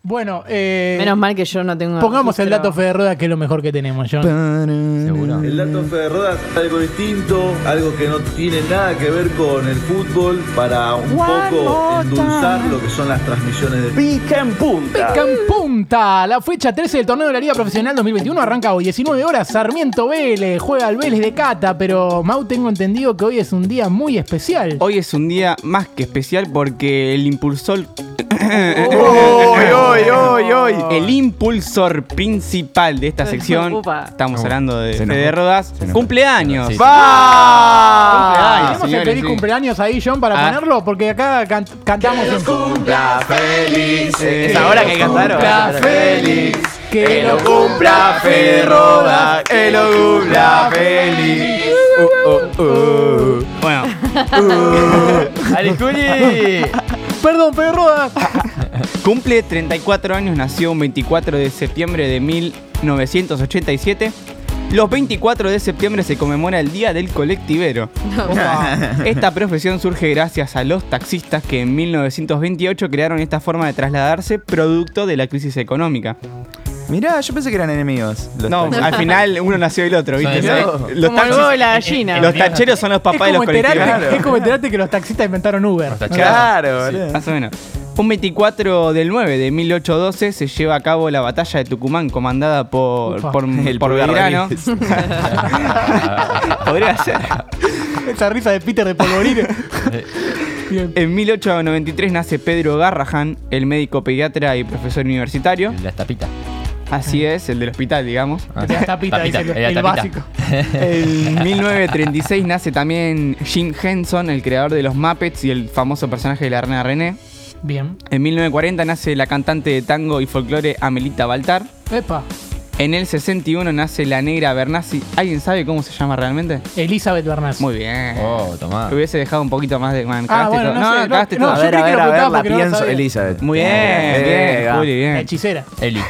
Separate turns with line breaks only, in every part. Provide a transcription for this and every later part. Bueno, eh,
Menos mal que yo no tengo.
pongamos el
registro.
dato fe de rueda que es lo mejor que tenemos, John.
Seguro.
El dato fe de ruedas es algo distinto, algo que no tiene nada que ver con el fútbol, para un
One
poco
more
endulzar
time.
lo que son las transmisiones de
Pica en punta.
Pica en punta. La fecha 13 del torneo de la Liga Profesional 2021 arranca hoy. 19 horas. Sarmiento Vélez juega al Vélez de Cata, pero Mau tengo entendido que hoy es un día muy especial.
Hoy es un día más que especial porque el impulsor. El impulsor principal de esta
Se
sección.
ocupa.
Estamos
No,
hablando de
se enojó.
Fede Rodas.
Se enojó.
¡Cumpleaños!
Sí, sí. Ah,
¡Va!
Ah, Tenemos el feliz
sí.
cumpleaños ahí, John, para
Ah.
ponerlo, porque acá can- cantamos en
Cumpla feliz.
Es ahora que hay que cantar.
Cumpla feliz. Que lo
cumpla Ferroda, que lo cumpla feliz. Uh,
Bueno,
Perdón, Pedro Rodas.
cumple 34 años, nació un 24 de septiembre de 1987. Los 24 de septiembre se conmemora el Día del Colectivero. Esta profesión surge gracias a los taxistas que en 1928 crearon esta forma de trasladarse producto de la crisis económica.
Mirá, yo pensé que eran enemigos. los
No,
tres.
al final uno nació y el otro, ¿viste?
Son-
¿Sabes? Los,
Como el huevo y
taxis-
la gallina.
los tacheros son los
Es
papás de
como,
los
enterarte,
colectiveros.
es como enterarte que los taxistas inventaron Uber.
Los tacheros. Claro,
Sí,
boludo.
más o menos. Un 24 del 9 de 1812 se lleva a cabo la batalla de Tucumán comandada por,
Ufa.
por,
El
por
pulgar
Belgrano.
Rodríguez.
Podría ser.
Esa risa de Peter de Polvorín. Bien.
En 1893 nace Pedro Garrahan, el médico pediatra y profesor universitario.
Las tapitas.
Así es, el del hospital, digamos.
La tapita, dice el,
era
el
tapita.
básico.
En 1936 nace también Jim Henson, el creador de los Muppets y el famoso personaje de la Reina René.
Bien.
En 1940 nace la cantante de tango y folclore Amelita Baltar.
Epa,
En el 61 nace la negra Bernasi. ¿Alguien sabe cómo se llama realmente?
Elizabeth Bernás.
Muy bien.
Oh, tomá.
Te hubiese dejado un poquito más de. man,
Ah,
cagaste
bueno,
todo.
no, sé,
cagaste
no,
todo.
A
yo
ver,
creí
a
que
ver,
lo
a ver,
preguntaba
la
porque no lo
pienso,
sabía.
Elizabeth.
Muy
Eh,
bien, bien,
Venga.
Juli,
La
bien.
hechicera.
Eli.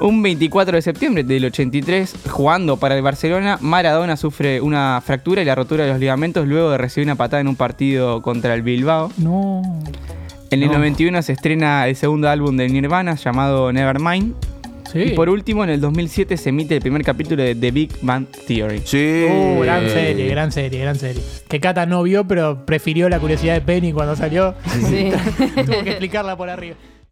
Un 24 de septiembre del 83, jugando para el Barcelona, Maradona sufre una fractura y la rotura de los ligamentos luego de recibir una patada en un partido contra el Bilbao.
No.
En el 91 se estrena el segundo álbum de Nirvana llamado Nevermind.
Sí.
Y por último, en el 2007 se emite el primer capítulo de The Big Bang Theory.
Sí.
Uh, gran
eh,
serie, gran serie, gran serie. Que Cata no vio, pero prefirió la curiosidad de Penny cuando salió.
Sí.
Tuvo que explicarla por arriba.